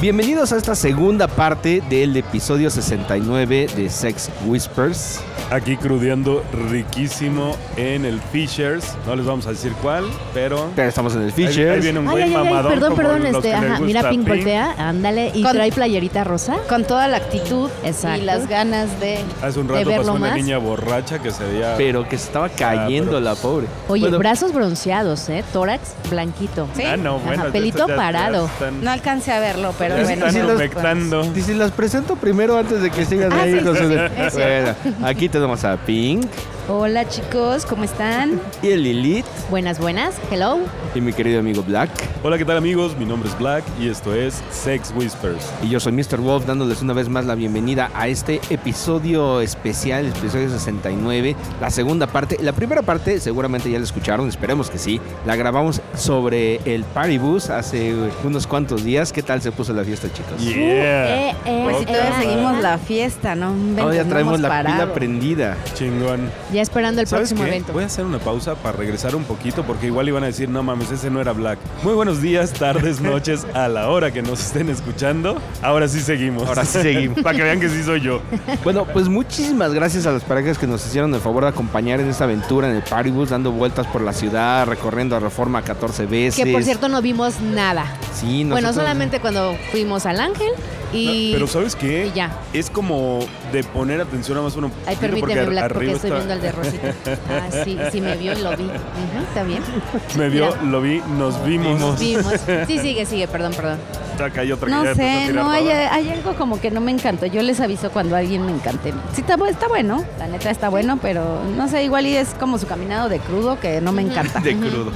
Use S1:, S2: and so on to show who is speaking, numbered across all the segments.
S1: Bienvenidos a esta segunda parte del episodio 69 de Sex Whispers.
S2: Aquí crudeando riquísimo en el Fishers. No les vamos a decir cuál, pero.
S1: Pero estamos en el
S2: Ahí- Ahí,
S1: Fishers.
S2: viene un
S3: Ay,
S2: güey
S3: ay, ay,
S2: mamadón.
S3: perdón,
S2: como
S3: perdón,
S2: los
S3: este,
S2: que les
S3: ajá,
S2: gusta
S3: mira Pink
S2: Pink.
S3: voltea, ándale, y
S4: Con-
S3: trae playerita rosa.
S4: con toda la actitud
S3: Exacto.
S4: y las ganas de
S2: Hace un
S4: de
S2: rato
S4: verlo
S2: pasó una
S4: más.
S2: niña borracha que se veía.
S1: Pero que se estaba cayendo
S2: Ah, pero-
S1: la pobre.
S3: Oye,
S1: Bueno,
S3: brazos bronceados, ¿eh? Tórax blanquito.
S4: Sí.
S2: Ah, no,
S3: Ajá,
S2: bueno. ya
S3: pelito
S2: está- ya- ya
S3: parado.
S2: están-
S4: no alcancé a verlo, pero
S2: ya
S4: bueno.
S2: están
S4: no,
S2: humectando.
S1: Y si las presento primero antes de que sigan ahí con su... Bueno, aquí tenemos a Pink
S4: pues. Hola chicos, ¿cómo están?
S1: y el Lilith
S3: Buenas, buenas. Hello.
S1: y mi querido amigo Black.
S2: Hola, ¿qué tal, amigos? Mi nombre es Black y esto es Sex Whispers.
S1: Y yo soy Mr. Wolf dándoles una vez más la bienvenida a este episodio especial, episodio 69, la segunda parte. La primera parte seguramente ya la escucharon, esperemos que sí. La grabamos sobre el Paribus hace unos cuantos días. ¿Qué tal se puso la fiesta, chicos?
S2: Yeah.
S3: Eh, eh,
S4: Pues si todavía
S3: eh.
S4: seguimos la fiesta, ¿no? Inventes,
S1: Ahora ya
S4: no
S1: traemos
S4: hemos
S1: la
S4: parado.
S1: pila prendida.
S2: Chingón.
S3: Ya esperando el
S2: ¿Sabes
S3: próximo
S2: qué?
S3: evento.
S2: Voy a hacer una pausa para regresar un poquito porque igual iban a decir, no mames, ese no era Black. Muy buenos días, tardes, noches, a la hora que nos estén escuchando. Ahora sí seguimos.
S1: Ahora sí seguimos.
S2: para que vean que sí soy yo.
S1: Bueno, pues muchísimas gracias a las parejas que nos hicieron el favor de acompañar en esta aventura en el Paribus, dando vueltas por la ciudad, recorriendo a Reforma 14 veces.
S3: Que por cierto no vimos nada.
S1: sí,
S3: Bueno,
S1: nosotros-
S3: solamente cuando fuimos al Ángel y,
S2: No, pero ¿sabes qué?
S3: y ya.
S2: Es como de poner atención a más uno.
S3: Ay,
S2: poquito,
S3: permíteme,
S2: ar-
S3: Black, porque
S2: arriba
S3: estoy
S2: está-
S3: viendo al de Rosita. Ah, sí, sí me vio y lo vi. Ujú, Está bien.
S2: Me vio,
S3: Mira.
S2: lo vi, nos vimos.
S3: Vimos. Sí, sigue, sigue, perdón, perdón.
S2: Acá hay otra que ya
S4: No
S2: empezó a
S4: sé,
S2: tirar
S4: no,
S2: baba.
S4: hay, hay algo como que no me encantó. Yo les aviso cuando alguien me encante. Sí, está, bu- está bueno, la neta está bueno, pero no sé, igual y es como su caminado de crudo que no me encanta.
S1: De crudo.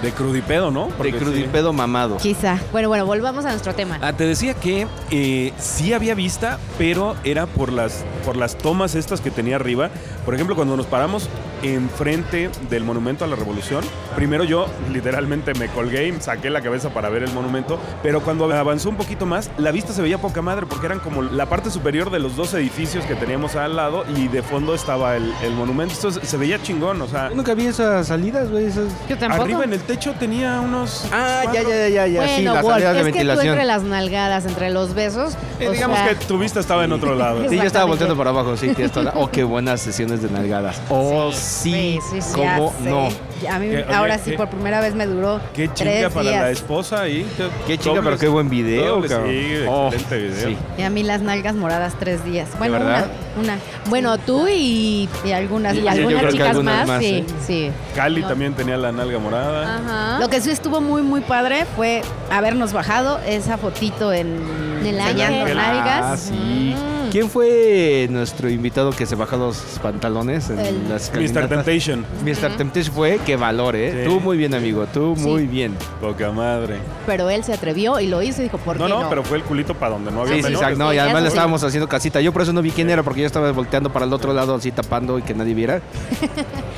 S2: De crudipedo, ¿no?
S1: De
S2: Porque sí.
S1: crudipedo mamado.
S4: Quizá.
S3: Bueno, bueno, volvamos a nuestro tema.
S2: Ah, te decía que eh, sí había vista, pero era por las, por las tomas estas que tenía arriba. Por ejemplo, cuando nos paramos enfrente del monumento a la revolución, primero yo literalmente me colgué y saqué la cabeza para ver el monumento, pero cuando avanzó un poquito más, la vista se veía poca madre porque eran como la parte superior de los dos edificios que teníamos al lado y de fondo estaba el, el monumento. Esto se se veía chingón, o sea,
S1: Yo nunca vi esas salidas, güey. Esas...
S3: Yo
S2: arriba en el techo tenía unos...
S1: Ah, ya,
S2: cuatro-
S1: ya, ya, ya. sí,
S3: Bueno,
S1: las
S3: Wolf,
S1: salidas de
S3: es que tú
S1: ventilación.
S3: entre las nalgadas, entre los besos.
S2: Eh,
S3: o
S2: digamos
S3: sea,
S2: que tu vista estaba en otro lado.
S1: Sí, yo estaba
S3: Exactamente.
S1: volteando para abajo, sí, tienes toda la- Oh, qué buenas sesiones de nalgadas. Oh, sí,
S3: sí, sí, sí,
S4: Ya
S1: cómo
S4: sé.
S1: no.
S4: A mí,
S2: Que, oye,
S4: ahora sí,
S2: que-
S4: por primera vez me duró
S2: Qué chinga
S4: tres
S2: para la
S4: días.
S2: esposa y
S1: Qué chinga, pero qué buen video,
S2: dobles,
S1: cabrón.
S2: sí,
S1: Oh,
S2: excelente video.
S1: sí.
S4: Y a mí las nalgas moradas tres días. Bueno,
S1: verdad?
S4: una, una.
S3: Bueno, tú y,
S4: y algunas
S1: Y-
S3: y
S1: yo- yo
S4: más.
S3: algunas
S1: creo que
S3: chicas
S1: algunas
S3: más,
S1: más,
S3: sí,
S1: ¿eh?
S3: sí.
S2: Cali también tenía la nalga morada.
S3: Ajá.
S4: Lo que sí estuvo muy, muy padre fue habernos bajado esa fotito en
S3: Del
S4: enseñando
S3: ángel.
S1: Ah,
S4: nalgas.
S1: sí.
S3: Mm.
S1: ¿Quién fue nuestro invitado que se bajó los pantalones en
S3: El-
S1: las
S2: Mr.
S1: caminatas?
S2: Temptation.
S1: Mr. Temptation fue, qué valor, ¿eh?
S2: Sí.
S1: Tú muy bien, amigo, tú
S3: Sí.
S1: muy bien.
S2: Poca madre.
S3: Pero él se atrevió y lo hizo y dijo, ¿por qué
S2: No,
S3: no?
S2: no,
S4: Eh,
S2: pero fue el culito para donde no había
S1: Sí, sí,
S2: menores.
S1: exacto. No, y
S3: Sí,
S1: además
S3: eso
S1: le
S3: sí.
S1: estábamos haciendo casita. Yo por eso no vi quién era, porque yo estaba volteando para el otro lado, así tapando y que nadie viera.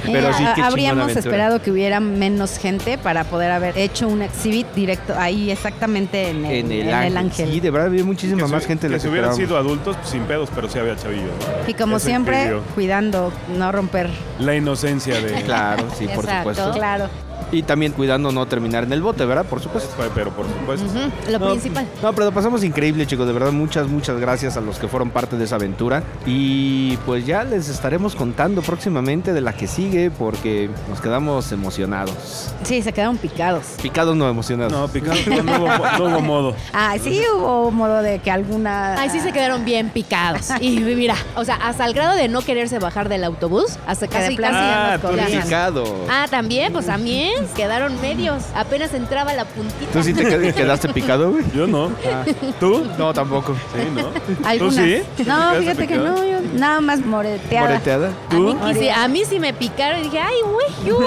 S1: Pero sí,
S4: Eh,
S1: qué chingona
S4: habríamos
S1: aventura.
S4: esperado que hubiera menos gente para poder haber hecho un exhibit directo ahí exactamente en el,
S1: En el,
S4: en el ángel.
S1: Sí, de verdad había muchísima
S2: Que
S1: más
S2: si-
S1: gente de la
S2: que si
S1: que
S2: hubieran
S1: esperábamos.
S2: sido adultos, pues, sin pedos, pero sí había chavillos. ¿no?
S4: Y como
S2: Eso
S4: siempre,
S2: impidió
S4: cuidando, no romper.
S2: La inocencia de.
S1: Claro, sí, por
S3: Exacto.
S1: supuesto.
S4: Claro.
S1: Y también cuidando no terminar en el bote, ¿verdad? Por supuesto.
S2: Fue, Pero por supuesto.
S3: Ujú, Lo
S1: No,
S3: principal.
S1: No, pero lo pasamos increíble, chicos. De verdad, muchas, muchas gracias a los que fueron parte de esa aventura. Y pues ya les estaremos contando próximamente de la que sigue, porque nos quedamos emocionados.
S4: Sí, se quedaron picados.
S1: Picados no emocionados.
S2: No, picado, no, hubo, mo- no hubo modo.
S4: Ah, sí hubo modo de que alguna...
S3: Ahí sí se quedaron bien picados. Y mira, o sea, hasta el grado de no quererse bajar del autobús, hasta
S4: Que de
S3: casi,
S4: plano
S3: casi ya
S2: Ah,
S3: nos
S2: tú
S3: colgaron.
S2: dices.
S1: Picado.
S3: Ah, también, pues también. Quedaron medios. Apenas entraba la puntita.
S1: ¿Tú sí te qued- quedaste picado, güey?
S2: Yo no.
S1: Ah.
S2: ¿Tú?
S1: No, tampoco.
S2: Sí, ¿no? ¿Tú
S4: Algunas.
S2: sí? ¿Te
S4: No,
S2: quedaste
S4: fíjate que
S2: picada?
S4: no, yo nada más moreteada.
S1: ¿Moreteada?
S3: A
S2: ¿Tú?
S3: mí, quise- a mí sí me picaron y dije, ay, güey. yo".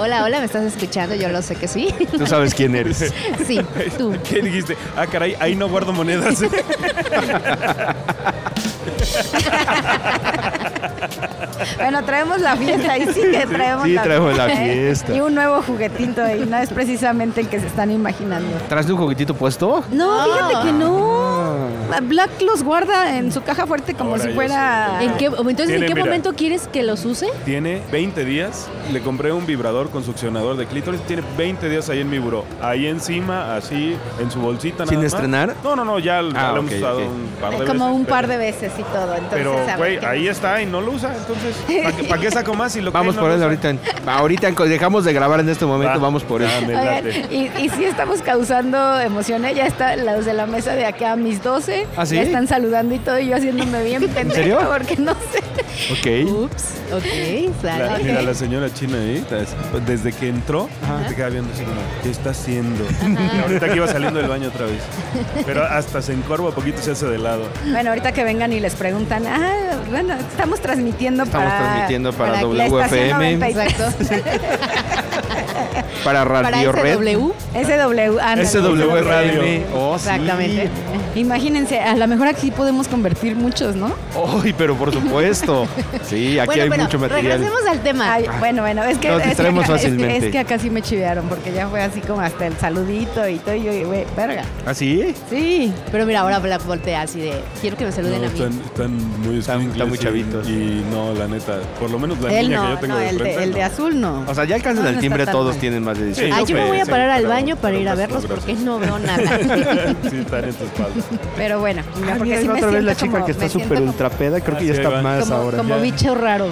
S3: hola, hola, ¿me estás escuchando? Yo lo sé que sí.
S1: Tú sabes quién eres.
S3: sí, tú.
S2: ¿Qué dijiste? Ah, caray, ahí no guardo monedas.
S4: Bueno, traemos la fiesta, ahí sí que traemos
S1: Sí,
S4: la
S1: traemos la
S4: ¿eh?
S1: fiesta.
S5: está.
S4: Y un nuevo juguetito y no es precisamente el que se están imaginando.
S1: ¿Tras de un juguetito puesto? Ah.
S4: No, fíjate que no. Black los guarda en su caja fuerte como
S2: Ahora
S4: si
S2: yo
S4: fuera...
S3: Ah.
S2: sé.
S4: ¿En
S2: ¿En
S4: qué?
S2: qué-
S6: entonces,
S2: Tiene,
S6: ¿en qué
S2: mira.
S6: momento quieres que los use?
S2: Tiene 20 días. Le compré un vibrador con succionador de clítoris. Tiene 20 días ahí en mi buró. Ahí encima, así, en su bolsita.
S1: ¿Sin
S2: nada más.
S1: estrenar?
S2: No, no, no. Ya, ya
S1: Ah,
S2: lo
S1: ok,
S2: hemos usado
S1: ok.
S2: un par de veces.
S4: Como un
S2: pero-
S4: par de veces y todo. Entonces, a
S2: Pero,
S4: ver
S2: güey,
S4: qué
S2: ahí está y no lo usa. Entonces, ¿para qué, pa' qué saco más si lo que
S1: Vamos
S2: no
S1: por
S2: lo
S1: él
S2: usa?
S1: ahorita. Ahorita dejamos de grabar en este momento,
S2: Va.
S1: vamos por él.
S2: Ah, me
S4: Oigan,
S2: late.
S4: y, y sí estamos causando emociones. Ya están los de la mesa de acá a mis 12.
S1: ¿Ah, sí?
S4: Ya están saludando y todo. Y yo haciéndome bien pendejo.
S1: serio?
S4: Porque no sé.
S1: Ok.
S6: Ups.
S3: Ok, sale.
S2: La- Mira, la señora china ahí, tas- desde que entró, te queda viendo así como, ¿qué está haciendo? Y ahorita que iba saliendo del baño otra vez. Pero hasta se encorva poquito, se hace de lado.
S4: Bueno, ahorita que vengan y les preguntan. Ah, bueno, estamos transmitiendo
S1: Estamos
S4: para.
S1: transmitiendo para
S4: la estación
S1: WFM.
S4: 93.
S3: Exacto.
S1: Para
S3: Para
S1: Radio Red.
S3: SW.
S4: SW. ándale.
S1: SW Radio.
S2: Radio.
S1: Oh, sí.
S3: Exactamente.
S4: Imagínense, a lo mejor aquí podemos convertir muchos, ¿no?
S1: Ay, pero por supuesto. Sí, aquí
S3: bueno,
S1: hay
S3: pero
S1: mucho material.
S3: regresemos al tema.
S4: Ay, bueno, bueno, es que,
S1: Nos
S4: es, que
S1: distraemos
S4: acá, es que-
S1: fácilmente.
S4: es que acá sí me chivearon porque ya fue así como hasta el saludito y todo. Y yo, güey, verga.
S1: ¿Ah, sí?
S3: Sí. Pero mira, ahora la voltea así de, quiero que me saluden
S2: No,
S3: a mí.
S2: están, están muy
S1: Están- están muy
S2: escuincles
S1: chavitos.
S2: Y, y no, la neta, por lo menos la
S4: él
S2: niña
S4: no,
S2: que yo tengo
S4: no,
S2: de
S4: el, de,
S2: frente,
S4: el de
S2: no.
S4: azul no.
S1: O sea, ya alcanzan
S4: No,
S1: el
S4: no
S1: timbre,
S4: está tan
S1: todos
S4: mal.
S1: tienen más de 18.
S2: Sí,
S3: Ay, Ah, yo me
S2: pero-
S3: voy a
S2: sí,
S3: parar al
S2: pero-
S3: baño para
S2: pero
S3: ir a
S2: más
S3: verlos
S2: gracias.
S3: porque no veo nada.
S2: Sí, están en tu espalda.
S4: Pero bueno, mira,
S1: Ah,
S4: porque
S1: mira,
S4: sí me
S1: otra vez
S4: siento
S1: la chica
S4: como-
S1: que está
S4: me siento
S1: súper
S4: como-
S1: ultra peda, creo que ya
S2: Así
S1: está
S2: va.
S1: más
S4: como,
S1: ahora.
S4: como
S2: ya.
S4: bicho raro.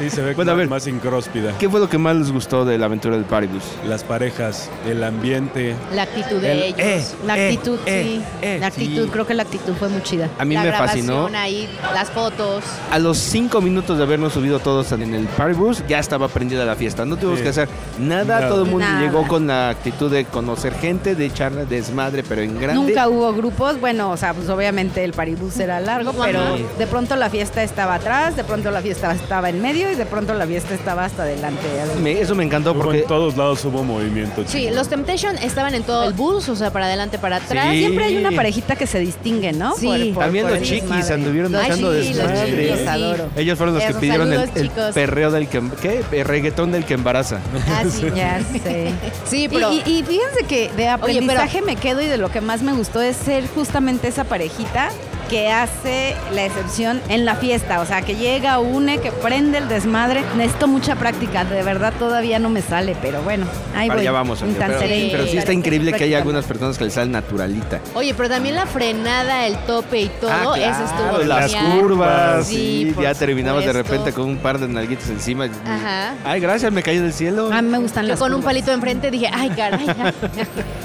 S2: Sí, se ve
S1: Bueno, a
S2: más,
S1: ver.
S2: más incróspida.
S1: ¿Qué fue lo que más les gustó de la aventura del Paribus?
S2: Las parejas, el ambiente.
S3: La actitud de ellos.
S4: La actitud, sí.
S3: la actitud, creo que la actitud fue muy chida.
S1: A mí
S3: la
S1: me fascinó.
S3: grabación ahí, las fotos.
S1: A los cinco minutos de habernos subido todos en el Paribus, ya estaba prendida la fiesta. No tuvimos
S2: Sí.
S1: que hacer nada.
S2: Nada.
S1: Todo el mundo
S4: Nada.
S1: llegó con la actitud de conocer gente, de charla, desmadre, pero en grande.
S4: Nunca hubo grupos, bueno, o sea, pues obviamente el paribus era largo,
S3: Ajá.
S4: pero de pronto la fiesta estaba atrás, de pronto la fiesta estaba en medio y de pronto la fiesta estaba hasta adelante.
S1: Me- eso me encantó
S2: Hubo
S1: porque
S2: en todos lados hubo movimiento.
S3: Sí,
S2: chicos.
S3: los Temptation estaban en todo el bus, o sea, para adelante, para atrás.
S1: Sí.
S4: Siempre hay una parejita que se distingue, ¿no?
S3: Sí.
S1: también los
S4: el
S1: chiquis
S4: desmadre.
S1: anduvieron
S3: Ay,
S1: echando
S3: sí, los
S1: desmadre.
S3: chiquis, sí.
S4: adoro.
S1: Ellos fueron los que
S3: Esos
S1: pidieron el,
S3: saludos,
S1: el
S3: chicos.
S1: perreo del que, ¿qué? El reggaetón del que embaraza.
S3: Así,
S4: Ya sé.
S3: Ah, Sí,
S4: Y,
S3: pero
S4: y- y fíjense que de
S3: pero-
S4: aprendizaje me quedo y de lo que más me gustó es ser justamente esa parejita que hace la excepción en la fiesta, o sea, que llega, une, que prende el desmadre. Necesito mucha práctica, de verdad todavía no me sale, pero bueno, ahí
S1: Para
S4: voy.
S1: allá vamos. amigo, Pero,
S4: Intentaré,
S1: pero sí está
S4: intentaré
S1: increíble que haya
S4: practicando.
S1: algunas personas que les salen naturalita.
S3: Oye, pero también la frenada, el tope y todo,
S1: Ah,
S3: eso estuvo
S1: claro, Las
S3: genial.
S1: curvas,
S3: Sí,
S1: sí,
S3: por
S1: ya terminabas de
S3: supuesto.
S1: repente con un par de nalguitas encima.
S3: Ajá.
S1: Ay, gracias, me caí del cielo.
S3: Ah,
S4: A mí me gustan
S3: Yo
S4: las
S3: con un
S4: curvas.
S3: palito enfrente dije, ay, caray, ay,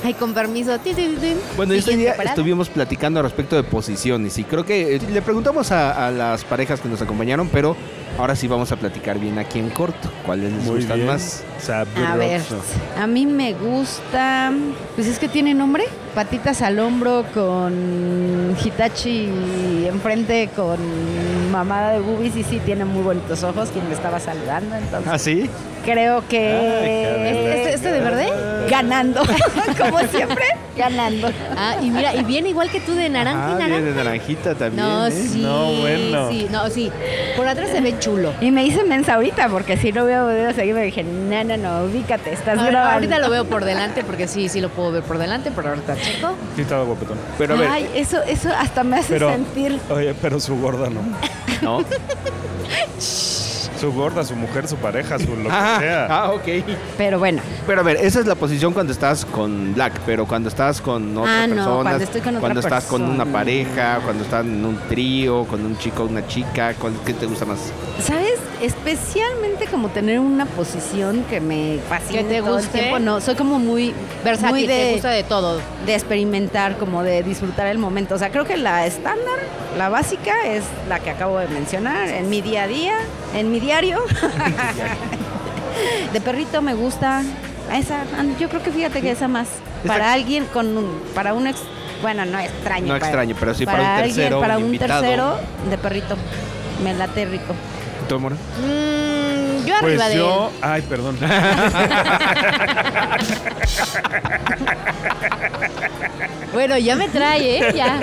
S3: ay, con permiso. Tin, tin, tin.
S1: Bueno, este
S3: Siguiente
S1: día
S3: parada.
S1: estuvimos platicando al respecto de posiciones y creo que eh, le preguntamos a, a las parejas que nos acompañaron, pero ahora sí vamos a platicar bien aquí en corto. ¿Cuáles les
S2: Muy
S1: gustan
S2: bien.
S1: más?
S2: Sabroso.
S4: A ver, a mí me gusta, pues es que tiene nombre, patitas al hombro con Hitachi enfrente con mamada de boobies y sí tiene muy bonitos ojos quien me estaba saludando, entonces
S1: ¿Ah, sí?
S4: creo
S1: Ah,
S2: Ay,
S4: que
S3: ¿Este, este de verde?
S4: ganando, como siempre, ganando.
S3: Ah, y mira, y viene igual que tú de naranja
S1: Ah,
S3: y
S1: viene
S3: naranja.
S1: de naranjita también.
S3: No,
S1: ¿eh?
S3: sí.
S2: No, bueno.
S3: Sí, no, sí. Por atrás se ve chulo.
S4: Y me hice mensa ahorita porque si no hubiera podido seguir me dije, no, no, no, ubícate, estás grabando.
S3: Ahora- ahorita lo veo por delante porque sí, sí lo puedo ver por delante, pero ahorita checo.
S2: Sí, estaba guapetón.
S1: Pero a ver,
S4: Ay, eso, eso hasta me hace
S2: Pero-
S4: sentir.
S2: Oye, pero su gorda no.
S1: ¿no?
S2: Su gorda, su mujer, su pareja, su lo que
S1: Ah,
S2: sea.
S1: ah, ok.
S4: Pero bueno,
S1: Pero a ver, esa es la posición cuando estás con Black, pero cuando estás con otras
S4: Ah, no,
S1: personas,
S4: cuando estoy con otra
S1: cuando estás con una
S4: persona.
S1: pareja, cuando estás en un trío, con un chico, una chica, ¿cuál- ¿qué te gusta más?
S4: ¿Sabes? Especialmente como tener una posición que me fascine
S3: Que te
S4: todo el
S3: guste.
S4: tiempo. No, soy como muy
S3: Versátil,
S4: muy
S3: te
S4: de,
S3: gusta de todo.
S4: de experimentar, como de disfrutar el momento. O sea, creo que la estándar, la básica, es la que acabo de mencionar. En mi día a día, en mi diario. de perrito me gusta. Esa, ah, yo creo que fíjate que esa más.
S1: Esa-
S4: Para alguien con un- para un ex- bueno, no extraño.
S1: No
S4: para-
S1: extraño, pero sí para un tercero, un
S4: para un
S1: invitado.
S4: tercero de perrito. Me late rico.
S1: ¿Tú, amor?
S3: Mm, yo
S2: Pues
S3: arriba de
S2: yo.
S3: él.
S2: Ay, perdón.
S3: Bueno, ya me trae, ¿eh? Ya.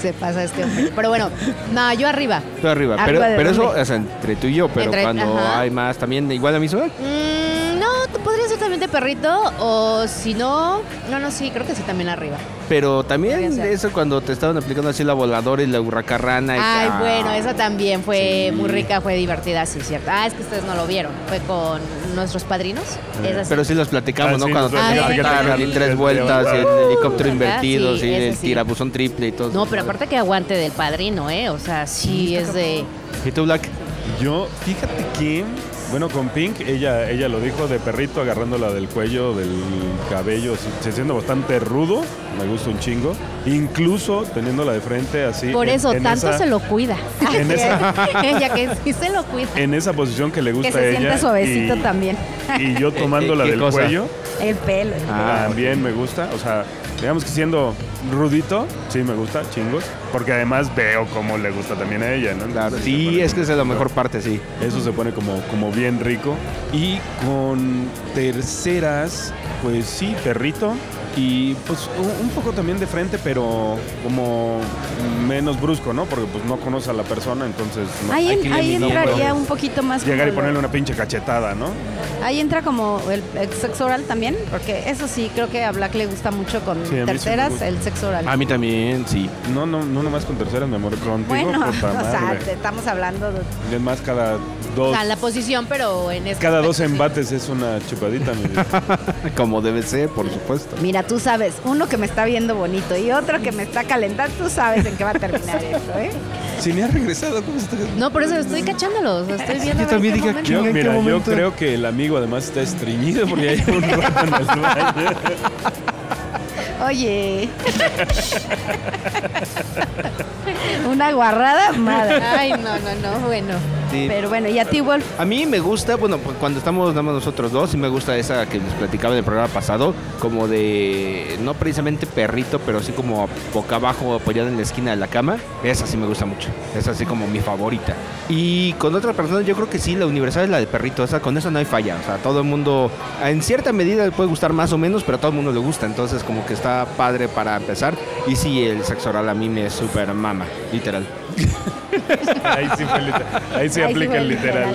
S3: Se pasa este hombre. Pero bueno, no, yo arriba.
S1: Tú arriba,
S4: ¿Arriba
S1: pero,
S4: de
S1: pero eso
S4: dónde?
S1: es entre tú y yo, pero
S3: Entre-
S1: cuando
S3: ajá.
S1: hay más también, igual a mí se va.
S3: Mm, perrito o si no, no, no, sí, creo que sí también arriba.
S1: Pero
S3: Podría
S1: también
S3: ser.
S1: eso cuando te estaban aplicando así la voladora y la hurracarrana. y-
S3: Ay,
S1: ah,
S3: bueno, esa también fue
S1: sí.
S3: muy rica, fue divertida, sí, cierto. Ah, es que ustedes no lo vieron, fue con nuestros padrinos. Esa sí.
S1: Pero sí las platicamos,
S2: Ah,
S1: ¿no?
S2: sí,
S1: Cuando te
S3: las platicamos.
S1: aventaron y
S2: Ah,
S1: tres
S2: sí.
S1: vueltas, y el helicóptero
S3: ¿verdad?
S1: invertido,
S3: Ah, Sí,
S1: sí,
S3: ese
S1: el
S3: sí.
S1: tirabuzón triple y todo.
S3: No, pero aparte que aguante del padrino, ¿eh? O sea, sí es de...
S1: ¿Y tú, Black?
S2: Yo, fíjate que, bueno, con Pink, ella, ella lo dijo de perrito, agarrándola del cuello, del cabello, así, se siente bastante rudo, me gusta un chingo. Incluso teniéndola de frente así.
S3: Por
S2: en-
S3: eso,
S2: en
S3: tanto
S2: esa- Pues
S3: se lo cuida.
S2: en esa-
S3: Ella que sí se lo cuida.
S2: En esa posición que le gusta
S4: Que se
S2: a ella.
S4: sienta suavecito
S2: y-
S4: también.
S2: Y yo tomándola
S1: Eh, ¿Qué
S2: del
S1: cosa?
S2: cuello,
S4: El pelo. el
S1: Ah,
S2: también me gusta. O sea, digamos que siendo rudito, sí me gusta, chingos. Porque además veo cómo le gusta también a ella, ¿no?
S1: Claro,
S2: Entonces, se
S1: sí,
S2: pone
S1: es que esa es la
S2: como-
S1: mejor parte, sí.
S2: Eso se pone como, como bien rico. Y con terceras, pues sí, perrito. Y pues u- un poco también de frente, pero como menos brusco, ¿no? Porque pues no conoce a la persona, entonces no,
S4: Ahí,
S2: hay que
S4: en- ahí
S2: limitarlo.
S4: entraría un poquito más. como
S2: Llegar y
S4: lo-
S2: ponerle una pinche cachetada, ¿no?
S4: Ahí entra como el, el sexo oral también, porque eso sí, creo que a Black le gusta mucho con
S2: Sí, a mí sí me
S4: terceras
S2: gusta. Ah,
S4: el sexo oral.
S1: A mí también, sí.
S2: No, no, no nomás con terceras, mi amor, contigo,
S4: bueno, o
S2: puta
S4: sea,
S2: madre.
S4: te estamos hablando de
S2: Y Es más, cada
S3: O
S2: dos,
S3: sea, la posición, pero en esta...
S2: cada dos embates es una chupadita, mi vida.
S1: Como debe ser, por supuesto.
S4: Mira, tú sabes, uno que me está viendo bonito y otro que me está calentando, tú sabes en qué va a terminar esto, ¿eh?
S1: Si me ha regresado, ¿cómo estás?
S3: No, por eso estoy cachándolo, o sea, estoy viendo... a ver
S1: también
S3: qué
S1: dije,
S3: momento.
S2: Yo,
S1: ¿En qué
S2: mira, yo
S1: momento?
S2: creo que el amigo además está estreñido porque hay un rato en el baño.
S4: Oye. Una guarrada madre.
S3: Ay, no, no, no, bueno.
S4: Pero bueno, y a ti, Wolf,
S1: A mí me gusta, bueno, pues, cuando estamos nada más nosotros dos, sí me gusta esa que les platicaba en el programa pasado, como de, no precisamente perrito, pero así como boca abajo apoyada en la esquina de la cama. Esa sí me gusta mucho. Es así como mi favorita. Y con otra persona, yo creo que sí, la universal es la de perrito. Esa, con esa no hay falla. O sea, todo el mundo, en cierta medida le puede gustar más o menos, pero a todo el mundo le gusta. Entonces, como que está padre para empezar. Y sí, el sexo oral a mí me super mama, literal.
S2: Ahí sí, fue literal. Ahí sí
S4: Ahí sí
S2: aplica
S4: fue
S2: el literal.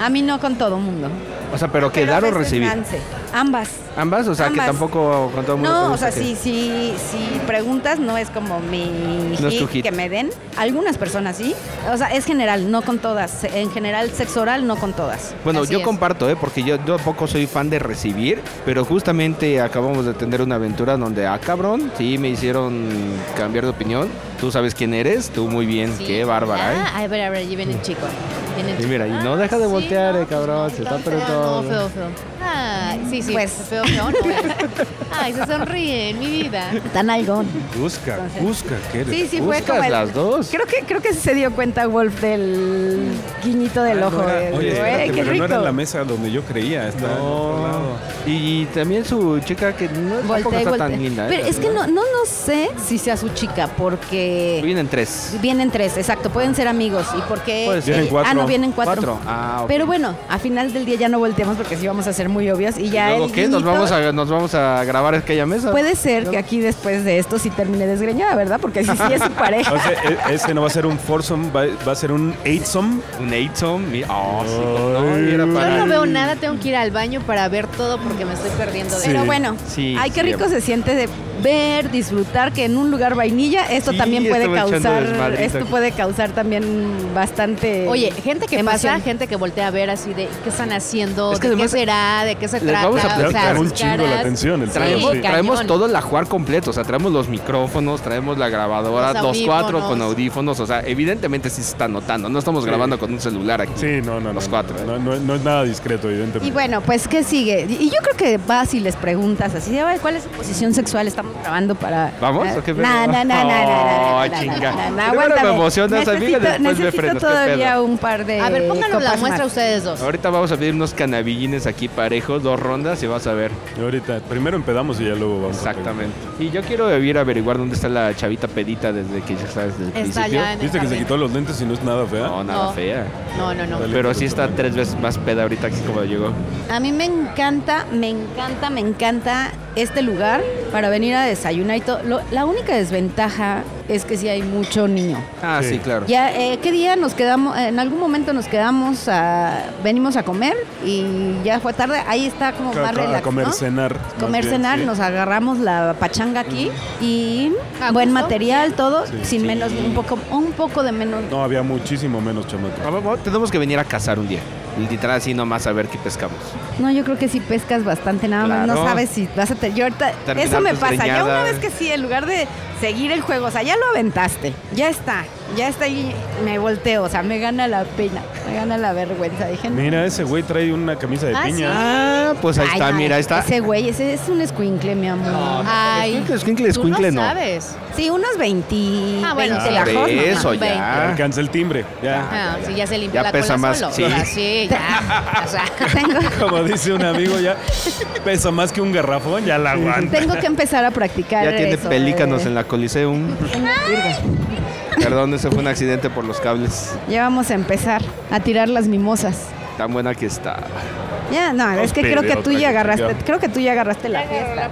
S4: a mí no con todo mundo.
S1: O sea, pero
S4: Pero pues
S1: quedar o
S4: a veces
S1: recibir.
S4: me hace. Ambas.
S1: Ambas, o sea,
S4: Ambas.
S1: que tampoco con todo el mundo. te
S4: No, o
S1: gusta
S4: sea,
S1: que-
S4: si, si, si preguntas, no es como mi
S1: No es tu
S4: hit
S1: hit.
S4: que me den. Algunas personas sí. O sea, es general, no con todas. En general, sexo oral, no con todas.
S1: Bueno,
S3: Así
S1: yo
S3: es.
S1: comparto, ¿eh? porque yo tampoco soy fan de recibir, pero justamente acabamos de tener una aventura donde, ah, cabrón, sí me hicieron cambiar de opinión. Tú sabes quién eres, tú muy bien,
S3: Sí.
S1: qué bárbara, ¿eh?
S3: Ah, a ver, a ver, allí viene el chico. Viene el
S1: Y
S3: chico.
S1: mira, y
S3: Ah,
S1: no deja de
S3: sí,
S1: voltear,
S3: no,
S1: eh, cabrón, se está apretando.
S3: No, feo, feo. Ay, sí, sí,
S4: Pues.
S3: feo, feo, no. eh. Ay, se sonríe, mi vida.
S4: Tan algón.
S2: Busca, busca, ¿qué eres?
S4: Sí, sí, fue como
S1: Buscas
S4: el-
S1: las dos.
S4: Creo que, creo que se dio cuenta Wolf del guiñito
S1: Ah,
S4: del ojo. eh,
S2: Oye,
S4: digo,
S2: espérate,
S4: "Eh, qué
S2: pero no era
S4: rico".
S2: la mesa donde yo creía. estaba en otro lado.
S1: No. Y, y también su chica que no tampoco está
S4: voltea.
S1: tan linda. ¿eh?
S4: Pero
S1: la
S4: es que no,
S1: verdad.
S4: no, no sé si sea su chica, porque
S1: Vienen tres.
S4: vienen tres, exacto, pueden ser amigos. ¿Y porque
S1: Puede ser.
S2: Vienen cuatro.
S4: Ah, no, vienen cuatro.
S1: Cuatro. Ah, ok.
S4: Pero bueno, a final del día ya no volteamos porque sí vamos a ser muy obvios y ya
S1: ¿Y luego
S4: el
S1: qué? ¿Nos
S4: guiñito-
S1: vamos, a, ¿Nos vamos a grabar aquella mesa?
S4: Puede ser que aquí después de esto sí termine desgreñada, ¿verdad? Porque si sí es su pareja.
S2: O sea, e- ese no va a ser un foursome, va, va a ser un eightsome.
S1: Un Eightom. Oh, sí, cómo no, y era
S3: Yo
S1: para...
S3: no veo nada, tengo que ir al baño para ver todo porque me estoy perdiendo de
S4: Pero bueno,
S1: Sí,
S4: ay, qué
S1: sí,
S4: rico se siente de ver, disfrutar que en un lugar vainilla esto
S1: Sí,
S4: también puede
S1: estaba echando
S4: causar,
S1: desmadrito.
S4: esto puede causar también bastante.
S3: Oye, gente que
S4: Emoción.
S3: pasa, gente que voltea a ver así de qué están haciendo,
S1: Es que
S3: de qué
S1: además-
S3: será, de qué se
S1: Les
S3: trata.
S1: vamos a
S3: o sea,
S1: prestar
S2: Llamó un
S3: sus
S2: chingo la
S3: caras.
S2: atención. el
S3: Sí,
S2: pedo,
S1: Traemos,
S3: cañón.
S1: traemos todo el ajuar completo, o sea, traemos los micrófonos, traemos la grabadora,
S3: Los
S1: los, cuatro
S3: audífonos.
S1: con audífonos, o sea, evidentemente sí se está notando, no estamos
S2: Sí.
S1: grabando con un celular aquí.
S2: Sí, no, no.
S1: Los
S2: no,
S1: cuatro, ¿eh?
S2: No, no, no es nada discreto,
S4: Y
S2: evidentemente.
S4: bueno, pues ¿qué sigue? Y y yo creo que vas y les preguntas así, de, "Oye, ¿cuál es su posición sexual? Estamos grabando para...
S1: ¿Vamos?
S4: Ah,
S1: ¿O qué pedo?
S4: No, no, no, no, no,
S1: Oh,
S4: no, no, no,
S1: chinga.
S4: no, no, no,
S1: Primero
S4: aguántame.
S1: me emocionas, amiga,
S4: Necesito-
S1: después me
S4: necesito
S1: frenas, ¿qué
S4: todavía
S1: pedo?
S4: un par de
S3: A ver, pónganos la
S4: copas
S3: muestra
S4: más.
S3: ustedes dos.
S1: Ahorita vamos a pedir unos canabillines aquí parejos, dos rondas y vas a ver
S2: Ahorita, primero empedamos y ya luego vamos. a-
S1: exactamente. Y yo quiero ir a averiguar dónde está la chavita pedita desde que ya sabes desde el
S3: Está
S1: principio.
S3: ya en el
S2: ¿Viste que se
S3: jardín.
S2: quitó los lentes y no es nada fea?
S1: No, nada
S3: No.
S1: fea.
S3: No, no, no.
S2: Dale.
S1: Pero sí está tres veces más peda ahorita que como llegó.
S4: A mí me encanta, me encanta, me encanta este lugar para venir a desayunar y todo. Lo- la única desventaja es que sí hay mucho niño.
S1: Ah, sí,
S2: Sí.
S1: claro.
S4: Ya, eh, ¿qué día nos quedamos? Eh, En algún momento nos quedamos a, venimos a comer y ya fue tarde. Ahí está como
S2: Claro,
S4: más
S2: claro, a
S4: relax,
S2: comer,
S4: ¿no?
S2: cenar.
S4: Comer, cenar, nos agarramos la pachanga aquí y
S3: ¿A
S4: buen
S3: gusto?
S4: material, todo,
S2: Sí.
S4: sin
S1: Sí.
S4: menos, un poco, un poco de menos.
S2: No, había muchísimo menos chamaco.
S1: Ah, vamos, Tenemos que venir a cazar un día. Literal, así nomás a ver qué pescamos.
S4: No, yo creo que sí pescas bastante, nada más
S1: Claro.
S4: no sabes si vas a te- yo ahorita-
S1: Terminar
S4: eso me
S1: tus
S4: pasa, ya una
S1: greñadas.
S4: vez que sí, en lugar de seguir el juego, o sea, ya lo aventaste, ya está, ya está ahí, me volteo, o sea, me gana la pena, me gana la vergüenza, dije. no.
S2: Mira, ese güey trae una camisa de
S4: Ah,
S2: piña.
S1: Ah, pues ahí
S4: Ay,
S1: está,
S4: no,
S1: mira, ahí está.
S4: Ese güey, ese es un escuincle, mi amor.
S3: Ay.
S1: Escuincle, escuincle, escuincle,
S3: Tú
S1: no.
S3: no sabes.
S4: Sí, unos 20.
S3: Ah, bueno,
S1: Ah,
S3: sí.
S4: 20
S1: por
S4: bajos, ¿no?
S1: eso
S3: Veinte.
S1: ya.
S2: Alcanza el timbre. Ya.
S3: Ah,
S1: ya,
S3: sí,
S1: ya.
S3: ya se limpia
S1: Ya
S3: la
S1: pesa
S3: cola
S1: más,
S3: solo.
S1: sí.
S3: O sea, sí, ya. O sea,
S4: Tengo,
S2: Como dice un amigo, ya pesa más que un garrafón, ya la aguanta.
S4: tengo que empezar a practicar.
S1: Ya tiene
S4: eso,
S1: pelícanos
S4: eh.
S1: en la Coliseum. Perdón, ese fue un accidente por los cables.
S4: Ya vamos a empezar a tirar las mimosas.
S1: Tan buena que está.
S4: Ya, no, es que creo que tú ya agarraste, creo que tú ya agarraste la fiesta.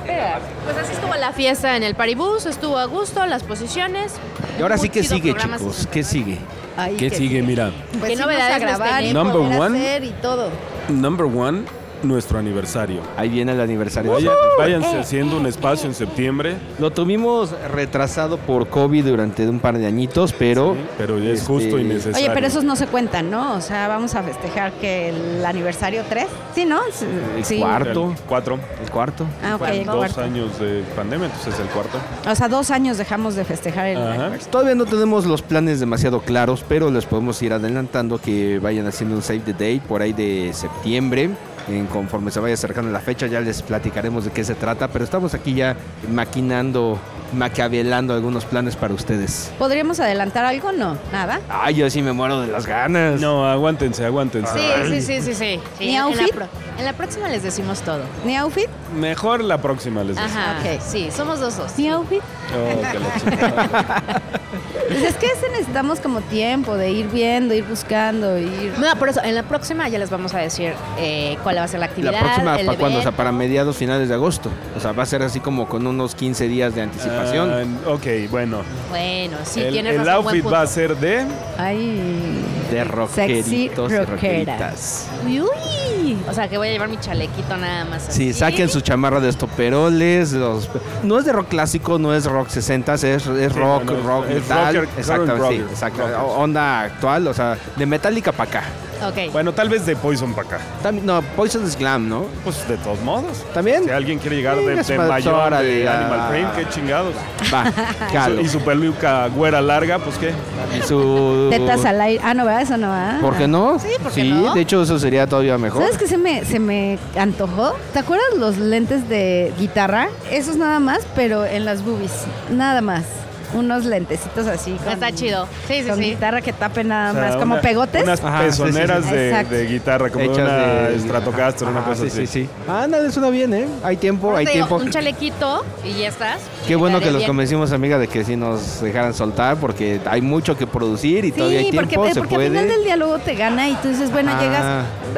S3: pues así estuvo la fiesta en el Paribus, estuvo a gusto, las posiciones.
S1: Y ahora sí
S3: Muy
S1: que
S3: chido
S1: sigue,
S3: programa,
S1: chicos.
S3: sí.
S1: ¿Qué sigue?
S4: Ay,
S2: ¿Qué
S4: que-
S2: sigue? Mira,
S4: Pues sí, vamos
S3: ¿Qué
S4: a
S3: novedades les
S4: grabar y
S3: tenemos?
S2: Number
S4: poder
S2: one.
S4: hacer y todo.
S2: number one, nuestro aniversario.
S1: Ahí viene el aniversario.
S2: Vaya- váyanse
S4: Eh.
S2: haciendo un espacio en septiembre.
S1: Lo tuvimos retrasado por COVID durante un par de añitos, pero
S2: Sí, Pero ya es
S1: Este-
S2: justo y necesario.
S4: Oye, pero esos no se cuentan, ¿no? O sea, vamos a festejar que el aniversario 3. Sí, ¿no? Sí.
S1: el
S4: sí.
S1: cuarto.
S2: Cuarto. Cuatro.
S1: el cuarto.
S4: Ah, ok, el
S2: Dos
S4: cuarto.
S2: años de pandemia, entonces el cuarto.
S4: O sea, dos años dejamos de festejar el
S2: Ajá.
S4: aniversario.
S1: Todavía no tenemos los planes demasiado claros, pero les podemos ir adelantando que vayan haciendo un save the date por ahí de septiembre. En conforme se vaya acercando la fecha ya les platicaremos de qué se trata, pero estamos aquí ya maquinando, maquiavelando algunos planes para ustedes.
S4: ¿Podríamos adelantar algo? No, nada.
S1: Ay, yo sí me muero de las ganas.
S2: No, aguántense, aguántense.
S3: Sí, sí, sí, sí, sí. Sí,
S4: ¿Ni
S3: en la
S4: outfit?
S3: pro- En la, próxima les decimos todo.
S4: ¿Ni outfit?
S2: Mejor la próxima les decimos.
S3: Ajá.
S4: Ok.
S3: Sí, somos dos dos.
S4: ¿Ni outfit?
S2: Oh, que la chingada.
S4: Pues es que ese necesitamos como tiempo de ir viendo, ir buscando, ir...
S3: No, por eso, en la próxima ya les vamos a decir eh, cuál va a ser la
S1: La
S3: actividad.
S1: próxima,
S3: el
S1: ¿para cuándo? O sea,
S3: evento.
S1: para mediados, finales de agosto. O sea, va a ser así como con unos 15 días de anticipación.
S2: Ah, ok, bueno.
S3: Bueno, sí,
S2: el
S3: tienes
S2: el
S3: razón, buen
S2: outfit
S3: punto.
S2: va a ser de.
S4: Ay.
S1: de
S4: Sexy
S1: rockeritos y
S4: rockera.
S1: rockeritas.
S3: Uy, uy. O sea, que voy a llevar mi chalequito nada más
S1: Sí,
S3: así.
S1: saquen su chamarra de estoperoles. Los... No es de rock clásico, no es rock 60, es, es rock,
S2: no, no, es-
S1: rock,
S2: es
S1: metal.
S2: rocker,
S1: exacto,
S2: current
S1: sí,
S2: rocker,
S1: exacto.
S2: rockers.
S1: Onda actual, o sea, de Metallica para acá.
S3: Ok.
S2: Bueno, tal vez de Poison para acá.
S1: También- no, Poison es glam, ¿no?
S2: Pues de todos modos.
S1: También.
S2: Si alguien quiere llegar
S1: Sí,
S2: de,
S1: es
S2: de
S1: más
S2: mayor,
S1: hora
S2: de,
S1: de-
S2: Animal
S1: ah.
S2: Frame, qué chingados.
S1: Va, calo.
S2: Y su peluca güera larga, pues qué.
S1: Y su...
S4: Tetas al aire. Ah, no, ¿verdad? Eso no, ¿verdad?
S1: ¿Por qué no? Sí,
S3: ¿por qué no?
S1: de hecho eso sería todavía mejor.
S4: ¿Sabes qué se me, se me antojó? ¿Te acuerdas los lentes de guitarra? Esos nada más, pero en las boobies. Nada más. Unos lentecitos así. con-
S3: Está chido. Sí, sí,
S4: con
S3: sí.
S4: guitarra que tape nada
S2: O sea,
S4: más. Como
S2: una-
S4: pegotes.
S2: Unas
S1: Ajá,
S2: pezoneras
S1: sí,
S4: sí, sí.
S2: de-
S4: Exacto.
S2: De, guitarra, como
S1: Hechas
S2: una
S1: de-
S2: Stratocaster, una
S1: Ajá,
S2: cosa
S1: sí, Sí,
S2: así.
S1: sí. Ah, nada, suena bien, ¿eh? Hay tiempo,
S3: Por
S1: hay
S3: eso te digo,
S1: tiempo.
S3: Un chalequito y ya estás.
S1: Qué
S3: Y
S1: bueno
S3: quedaré
S1: que los
S3: bien.
S1: convencimos, amiga, de que sí nos dejaran soltar, porque hay mucho que producir y todavía hay
S4: Sí, porque,
S1: tiempo,
S4: eh,
S1: se
S4: porque al final
S1: puede.
S4: del diálogo te gana y tú dices, bueno,
S1: Ah.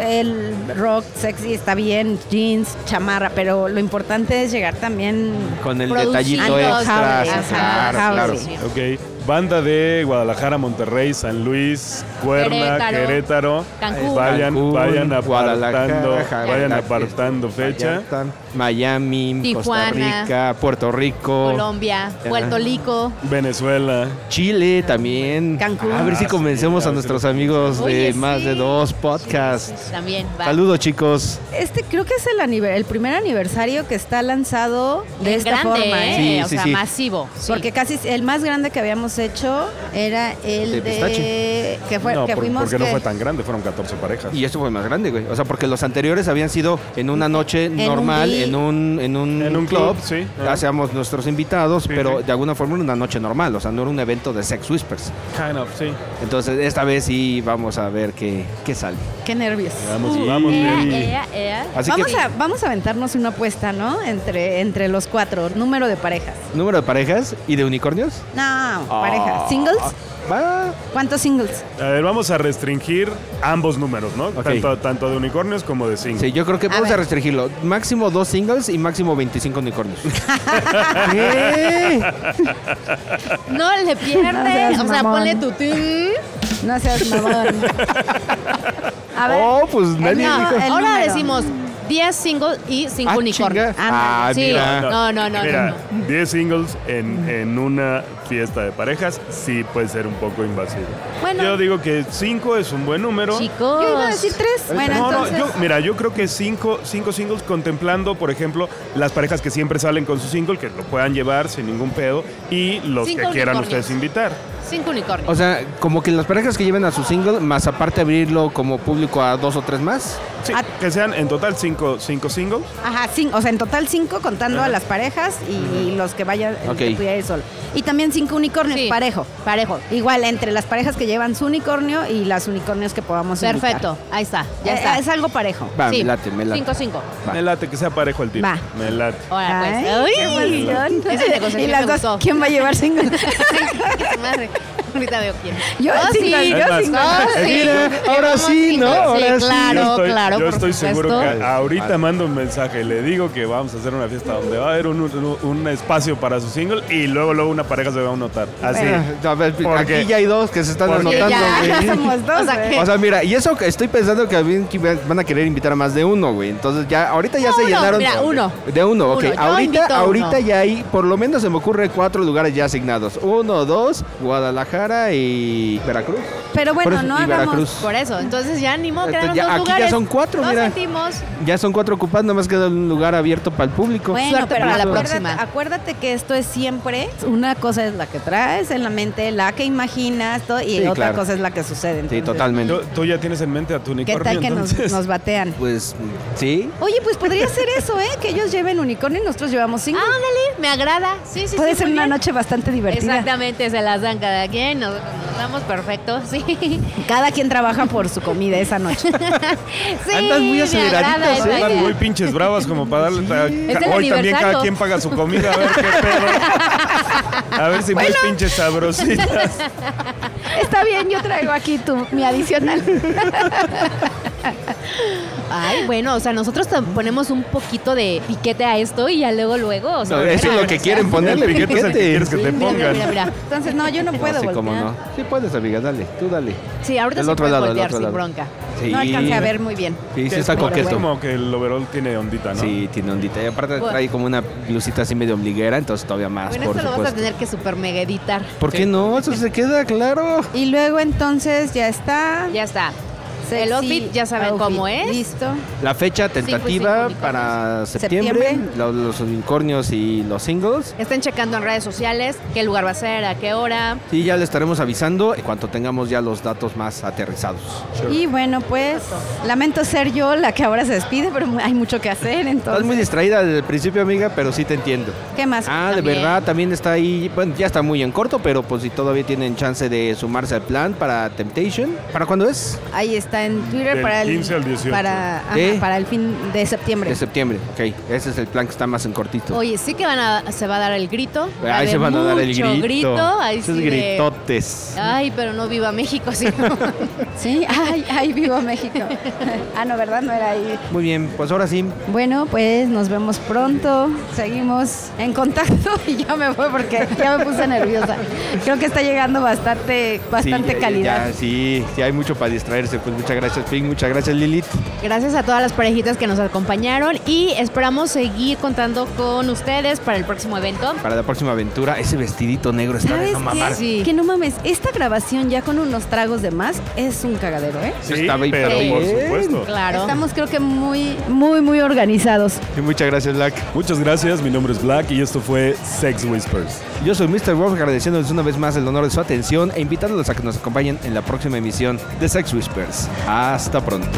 S4: llegas, el rock sexy está bien, jeans, chamarra, pero lo importante es llegar también...
S1: Con el
S3: produciendo,
S1: detallito extra.
S3: ajá,
S1: sí,
S3: ajá,
S1: claro,
S3: ajá,
S1: claro.
S3: sí, sí.
S2: Ok. Banda de Guadalajara, Monterrey, San Luis, Cuerna,
S3: Querétaro.
S2: Querétaro.
S3: Cancún.
S2: Vayan,
S1: Cancún,
S2: vayan apartando,
S1: Guadalajara, Jalisco,
S2: vayan apartando fecha.
S1: Vallarta, Miami, Costa
S3: Tijuana,
S1: Rica, Puerto Rico,
S3: Colombia,
S1: Ya.
S3: Puerto Rico.
S2: Venezuela.
S1: Chile también.
S4: Cancún.
S1: A ver si
S2: Ah,
S1: convencemos
S2: sí,
S1: a
S2: claro,
S1: nuestros
S2: sí.
S1: amigos de
S3: Oye,
S1: más
S3: sí.
S1: de dos
S3: Sí, sí,
S1: podcasts.
S3: sí. También va.
S1: Saludos, chicos.
S4: Este creo que es el, anive- el primer aniversario que está lanzado de
S3: En
S4: esta
S3: grande,
S4: forma,
S3: ¿eh?
S4: ¿eh?
S1: Sí,
S3: o
S1: sí,
S3: sea,
S1: sí.
S3: masivo. sí.
S4: Porque casi el más grande que habíamos hecho era
S1: De
S4: el de,
S1: pistache.
S4: que fue
S2: no,
S4: que
S2: por-
S4: fuimos
S2: porque no
S4: que-
S2: fue tan grande, fueron 14 parejas.
S1: Y esto fue más grande, güey. O sea, porque los anteriores habían sido en una noche
S4: un
S1: normal,
S4: vi-
S1: en un en un,
S2: En un club, sí.
S1: Hacíamos nuestros invitados,
S2: Sí,
S1: pero
S2: sí.
S1: de alguna forma era una noche normal, o sea, no era un evento de Sex Whispers.
S2: Kind of, sí.
S1: Entonces, esta vez sí vamos a ver qué, qué sale.
S4: qué nervios.
S2: Vamos, vamos.
S3: Ea,
S2: baby.
S3: ea, ea.
S1: Así
S4: vamos
S1: que
S4: a vamos a aventarnos una apuesta, ¿no? Entre entre los cuatro, número de parejas.
S1: número de parejas y de unicornios.
S4: No. pareja. ¿Singles?
S1: Va.
S4: ¿Cuántos singles?
S2: A ver, vamos a restringir ambos números, ¿no?
S1: Ok.
S2: Tanto, tanto de unicornios como de singles.
S1: Sí, yo creo que vamos a
S4: ver.
S1: restringirlo. Máximo dos singles y máximo 25 unicornios.
S3: No le
S4: No seas
S3: pierdes. o sea,
S4: mamón.
S3: ponle tu tin.
S4: No seas mamón. A ver.
S1: Oh, pues nadie
S3: No,
S1: dijo.
S4: el
S3: ahora
S4: número.
S3: decimos 10 singles y 5
S1: Ah,
S3: unicornios.
S1: chinga. Ah,
S3: sí,
S1: mira.
S3: no, no, no.
S2: Mira,
S3: no.
S2: 10 singles en, en una fiesta de parejas sí puede ser un poco invasivo.
S3: Bueno.
S2: Yo digo que 5 es un buen número.
S3: Chicos.
S4: Yo iba a decir tres.
S1: Oh.
S4: Bueno,
S2: no,
S4: entonces.
S2: no, yo, mira, yo creo que cinco, cinco singles contemplando, por ejemplo, las parejas que siempre salen con su single, que lo puedan llevar sin ningún pedo, y los
S3: Cinco
S2: que quieran
S3: unicornios.
S2: ustedes invitar.
S3: 5 unicornios.
S1: O sea, como que las parejas que lleven a su single, más aparte abrirlo como público a dos o tres más.
S2: Sí,
S4: Ah.
S2: que sean en total cinco, cinco singles.
S4: Ajá, cinco, o sea, en total cinco contando a las parejas y los que vayan, el que
S1: Ok.
S4: pudiera ir solo. Y también cinco unicornios,
S3: Sí.
S4: parejo, parejo. Igual entre las parejas que llevan su unicornio y las unicornios que podamos
S3: Perfecto,
S4: invitar.
S3: ahí está, ya
S4: Eh,
S3: está.
S4: Es algo parejo.
S1: Va,
S3: Sí.
S1: Ah, me late, me late.
S3: 5 5.
S1: Va.
S2: Me late que sea parejo el tiro.
S4: Va.
S2: Me late.
S3: Ahora pues.
S4: Ay, qué
S3: ¡Uy!
S4: emoción.
S3: Esa negociación
S4: y las
S3: me
S4: dos,
S3: gustó.
S4: ¿quién va a llevar single?
S3: Madre, Ahorita veo quién.
S4: Yo
S3: Oh,
S4: single,
S3: sí.
S4: yo
S2: Es más,
S4: single.
S3: Oh, sí.
S1: Mira, ahora sí, ¿no?
S3: Sí,
S1: Ahora sí.
S3: claro,
S2: yo estoy,
S3: claro.
S2: yo
S3: por
S2: estoy seguro que
S3: supuesto.
S2: ahorita
S1: Vale.
S2: mando un mensaje y le digo que vamos a hacer una fiesta donde va a haber un, un- un espacio para su single y luego luego una pareja se va a notar. Así.
S1: Ah, a ver,
S2: Porque-
S1: aquí ya hay dos que se están
S2: porque
S1: anotando.
S3: ya-
S1: güey.
S4: Ya somos dos.
S3: O sea,
S4: güey.
S3: que-
S1: O sea, mira, y eso que estoy pensando que bien que van a querer invitar a más de uno, güey. Entonces ya, ahorita ya
S3: No,
S1: se
S3: uno,
S1: llenaron.
S3: mira, uno.
S1: De uno, ok.
S3: Uno, yo invito
S1: ahorita,
S3: a uno.
S1: ahorita ya hay, por lo menos se me ocurre cuatro lugares ya asignados. Uno, dos, Guadalajara y Veracruz.
S4: Pero
S1: Por
S4: bueno,
S1: eso-
S4: no
S1: y
S4: hagamos.
S1: Veracruz.
S3: Por eso, entonces ya ni modo quedaron
S1: Entonces, Este, ya-
S3: dos
S1: aquí ya
S3: lugares.
S1: son cuatro,
S3: Nos
S1: mira.
S3: sentimos.
S1: Ya son cuatro ocupados, nada más queda un lugar abierto para el público.
S4: Bueno,
S3: Suerte
S4: pero
S3: para la
S4: acuérdate-
S3: próxima.
S4: Acuérdate que esto es siempre, una cosa es la que traes en la mente, la que imaginas todo, y
S1: Sí,
S4: otra
S1: claro.
S4: cosa es la que sucede.
S1: sí,
S4: entonces,
S1: totalmente.
S2: Tú, tú ya tienes en mente a tu
S4: ¿Qué
S2: unicornio,
S4: tal que nos,
S2: entonces.
S4: nos batean?
S1: Pues, sí.
S4: Oye, pues podría ser eso, ¿eh? Que ellos lleven unicornio y nosotros llevamos cinco.
S3: Ándale, me agrada. Ah, Sí, sí,
S4: Puede
S3: sí,
S4: ser
S3: muy
S4: una
S3: bien.
S4: noche bastante divertida.
S3: Exactamente, se las dan cada quien, nos, nos damos perfecto, sí. Sí,
S4: Cada quien trabaja por su comida esa noche.
S1: Andan muy
S3: me
S1: aceleraditas,
S3: agrada
S1: ¿eh?
S3: esa
S2: Están
S3: idea.
S2: muy pinches bravas como para darle. a-
S3: Es el
S2: Hoy también
S3: aniversario.
S2: cada quien paga su comida, a ver qué pedo. A ver si más pinches sabrositas.
S4: Está bien, yo traigo aquí tu, mi adicional.
S3: Ay, bueno, o sea, nosotros tam- ponemos un poquito de piquete a esto y ya luego, luego. O sea,
S1: No, eso es lo que quieren ponerle.
S2: El piquete es el que quieres que te
S3: mira,
S2: pongan.
S3: Mira, mira, mira.
S4: Entonces, no, yo no puedo
S1: sí, cómo
S4: voltear.
S1: no. Sí puedes, amiga, dale, tú dale.
S3: Sí, ahorita
S1: Del
S3: se
S1: otro
S3: puede
S1: lado, del
S3: voltear
S1: otro
S3: sin
S1: lado.
S3: bronca.
S1: Sí.
S4: No alcancé a ver muy bien.
S1: Sí, sí,
S2: Es
S1: está
S2: como- es
S1: coqueto.
S2: como que el overall tiene ondita, ¿no?
S1: Sí, tiene ondita. Y aparte
S3: Bueno.
S1: trae como una blusita así medio ombliguera, entonces todavía más,
S3: Bueno,
S1: Ah, por
S3: esto lo vas a
S1: supuesto.
S3: tener que super mega editar.
S1: ¿Por qué no? Eso se queda claro.
S4: Y luego entonces ya está.
S3: Ya está.
S4: Sexy
S3: el outfit ya saben
S4: outfit.
S3: cómo es.
S4: Listo.
S1: La fecha tentativa
S3: unicornios.
S1: para septiembre,
S4: Septiembre.
S1: lo- Los, unicornios y los singles.
S3: Estén checando en redes sociales qué lugar va a ser, a qué hora.
S1: Y ya le estaremos avisando en cuanto tengamos ya los datos más aterrizados.
S4: Y bueno, pues lamento ser yo la que ahora se despide, pero mu- hay mucho que hacer,
S1: Estás
S4: entonces.
S1: muy distraída desde el principio, amiga, pero sí te entiendo.
S4: ¿Qué más?
S1: Ah, de
S3: También.
S1: verdad, también está ahí. Bueno, ya está muy en corto, pero pues si todavía tienen chance de sumarse al plan para Temptation. ¿Para cuándo es?
S4: Ahí está en Twitter
S2: Del
S4: para el
S2: 15 al 18.
S4: Para, ajá,
S1: ¿De?
S4: para el fin de septiembre.
S1: ¿Eh? De septiembre, ok. Ese es el plan que está más en cortito.
S3: Oye, sí que van a, se va a dar el grito. Va a
S1: ahí se
S3: haber
S1: van a dar el
S3: mucho
S1: grito.
S3: ahí
S1: Esos
S3: sí de-
S1: gritotes.
S3: Ay, pero no viva México, sí.
S4: Sí, ay, ay, vivo México. ah, no, ¿verdad? No era ahí.
S1: Muy bien, pues ahora sí.
S4: Bueno, pues nos vemos pronto. Seguimos en contacto y ya me voy porque ya me puse nerviosa. Creo que está llegando bastante, bastante
S1: Sí, ya-
S4: calidad.
S1: eh, ya, sí, sí, hay mucho para distraerse. Pues muchas gracias, Pink. Muchas gracias, Lilith.
S3: Gracias a todas las parejitas que nos acompañaron y esperamos seguir contando con ustedes para el próximo evento.
S1: Para la próxima aventura, ese vestidito negro está de
S4: ¿Sabes
S1: no
S4: qué?
S1: mamar.
S3: Sí.
S4: Que no mames, esta grabación ya con unos tragos de más es un cagadero, ¿eh?
S2: Sí,
S1: Estaba
S2: pero
S1: hiper
S2: por
S1: bien.
S2: supuesto.
S3: Claro.
S4: Estamos creo que muy, muy, muy organizados.
S1: Y muchas gracias, Lack.
S2: Muchas gracias, mi nombre es Black y esto fue Sex Whispers.
S1: Yo soy Mr. Wolf, agradeciéndoles una vez más el honor de su atención e invitándolos a que nos acompañen en la próxima emisión de Sex Whispers. Hasta pronto.